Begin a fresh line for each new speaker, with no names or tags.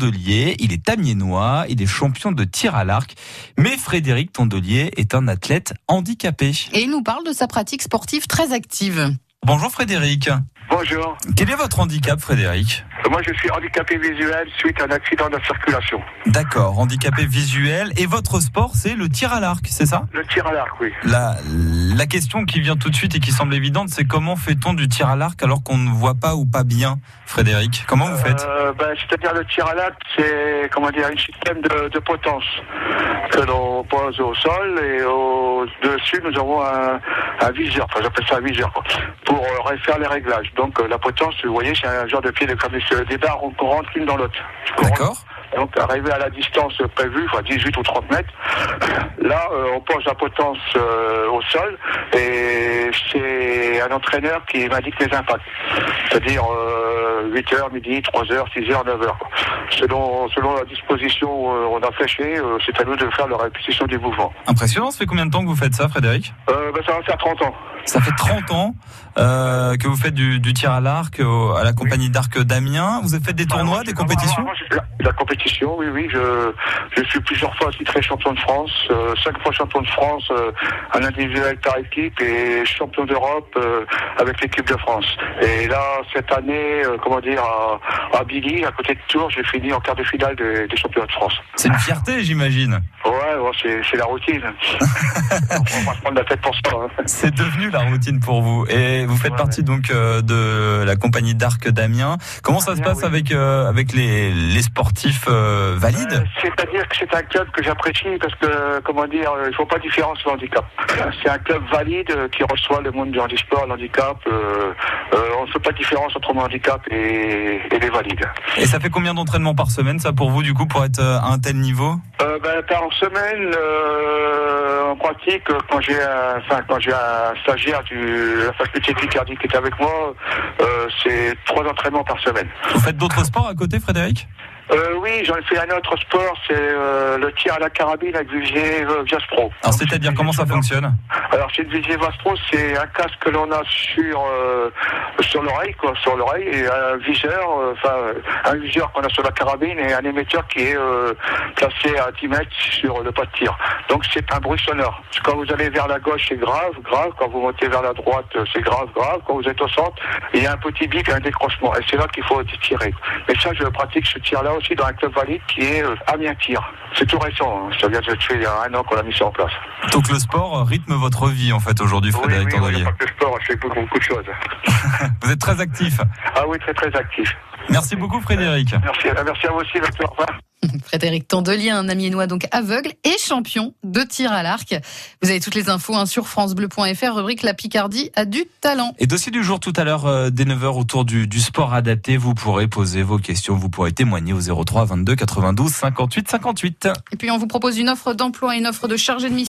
Tondelier, il est amiénois, il est champion de tir à l'arc, mais Frédéric Tondelier est un athlète handicapé.
Et il nous parle de sa pratique sportive très active.
Bonjour Frédéric.
Bonjour.
Quel est votre handicap Frédéric
Moi, je suis handicapé visuel suite à un accident de circulation.
D'accord, handicapé visuel et votre sport c'est le tir à l'arc, c'est ça
Le tir à l'arc, oui.
la, la question qui vient tout de suite et qui semble évidente, c'est comment fait-on du tir à l'arc alors qu'on ne voit pas ou pas bien Frédéric Comment vous faites
Euh, ben, C'est-à-dire le tir à l'arc, c'est comment dire un système de, de potence que l'on pose au sol et au dessus nous avons un, un viseur, enfin j'appelle ça un viseur, quoi, pour euh, faire les réglages. Donc euh, la potence, vous voyez, c'est un genre de pied de comme euh, des- des barres on rentre l'une dans l'autre.
D'accord
Donc arrivé à la distance prévue, enfin 18 ou 30 mètres, là euh, on pose la potence euh, au sol et c'est un entraîneur qui m'indique les impacts. C'est-à-dire 8h, midi, 3h, 6h, 9h. Selon, selon la disposition euh, on a fléché, euh, c'est à nous de faire la répétition du mouvement.
Impressionnant, ça fait combien de temps que vous faites ça Frédéric
Euh, ben, ça va faire 30 ans.
Ça fait 30 ans euh, que vous faites du, du tir à l'arc au- à la compagnie d'arc d'Amiens. Vous avez fait des tournois, des
Avant, avant,
compétitions
avant, je- la, la compétition, oui, oui. Je, je suis plusieurs fois titré champion de France, euh, cinq fois champion de France, euh, un individuel par équipe et champion d'Europe euh, avec l'équipe de France. Et là, cette année, euh, comment dire, à, à Billy, à côté de Tours, j'ai fini en quart de finale des, des championnats de France.
C'est une fierté, j'imagine.
Ouais, ouais, c'est, c'est la routine. on va se prendre la tête pour ça. hein.
C'est devenu la routine pour vous. Et vous faites
Ouais,
partie donc euh, de la compagnie d'arc d'Amiens. Comment ça se
Amiens,
passe
oui.
avec euh, avec les, les sportifs euh, valides
Euh, C'est-à-dire que c'est un club que j'apprécie parce que, comment dire, euh, il ne faut pas de différence le handicap. C'est un club valide euh, qui reçoit le monde du handisport, l'handicap. euh, euh, on ne fait pas de différence entre le handicap et, et les valides.
Et ça fait combien d'entraînements par semaine ça pour vous du coup pour être euh, à un tel niveau
Euh, ben, par semaine, euh, en pratique, euh, quand j'ai un, enfin, quand j'ai un stagiaire de la faculté de Picardie qui est avec moi, euh, c'est trois entraînements par semaine.
Vous faites d'autres sports à côté, Frédéric
Euh, oui, j'en ai fait un autre sport, c'est euh, le tir à la carabine avec Vigier euh, Vias
Alors
Pro. Donc,
c'est-à-dire
c'est-
comment ça fonctionne
Alors chez le Visier Vastro, c'est un casque que l'on a sur euh, sur l'oreille, quoi, sur l'oreille, et un viseur, euh, enfin un viseur qu'on a sur la carabine et un émetteur qui est euh, placé à 10 mètres sur le pas de tir. Donc c'est un bruit sonore. Quand vous allez vers la gauche, c'est grave, grave. Quand vous montez vers la droite, euh, c'est grave, grave. Quand vous êtes au centre, il y a un petit bip et un décrochement. Et c'est là qu'il faut tirer. Mais ça, je pratique ce tir-là aussi dans un club valide qui est euh, Amiens Tir. C'est tout récent. hein. Ça vient de se tuer il y a un an qu'on a mis ça en place.
Donc le sport euh, rythme votre vie en fait aujourd'hui,
Oui,
Frédéric
oui, oui,
Tondelier.
pas que le sport, je fais beaucoup, beaucoup de choses.
Vous êtes très actif.
Ah oui, très très actif.
Merci beaucoup, Frédéric.
Merci, euh, merci à vous aussi, Vincent. Au revoir.
Frédéric Tandelier, un amiénois donc aveugle et champion de tir à l'arc. Vous avez toutes les infos hein, sur francebleu.fr, rubrique La Picardie a du talent.
Et dossier du jour tout à l'heure, euh, dès 9h, autour du, du sport adapté, vous pourrez poser vos questions, vous pourrez témoigner au 03 22 92 58 58.
Et puis on vous propose une offre d'emploi, une offre de chargé de mission.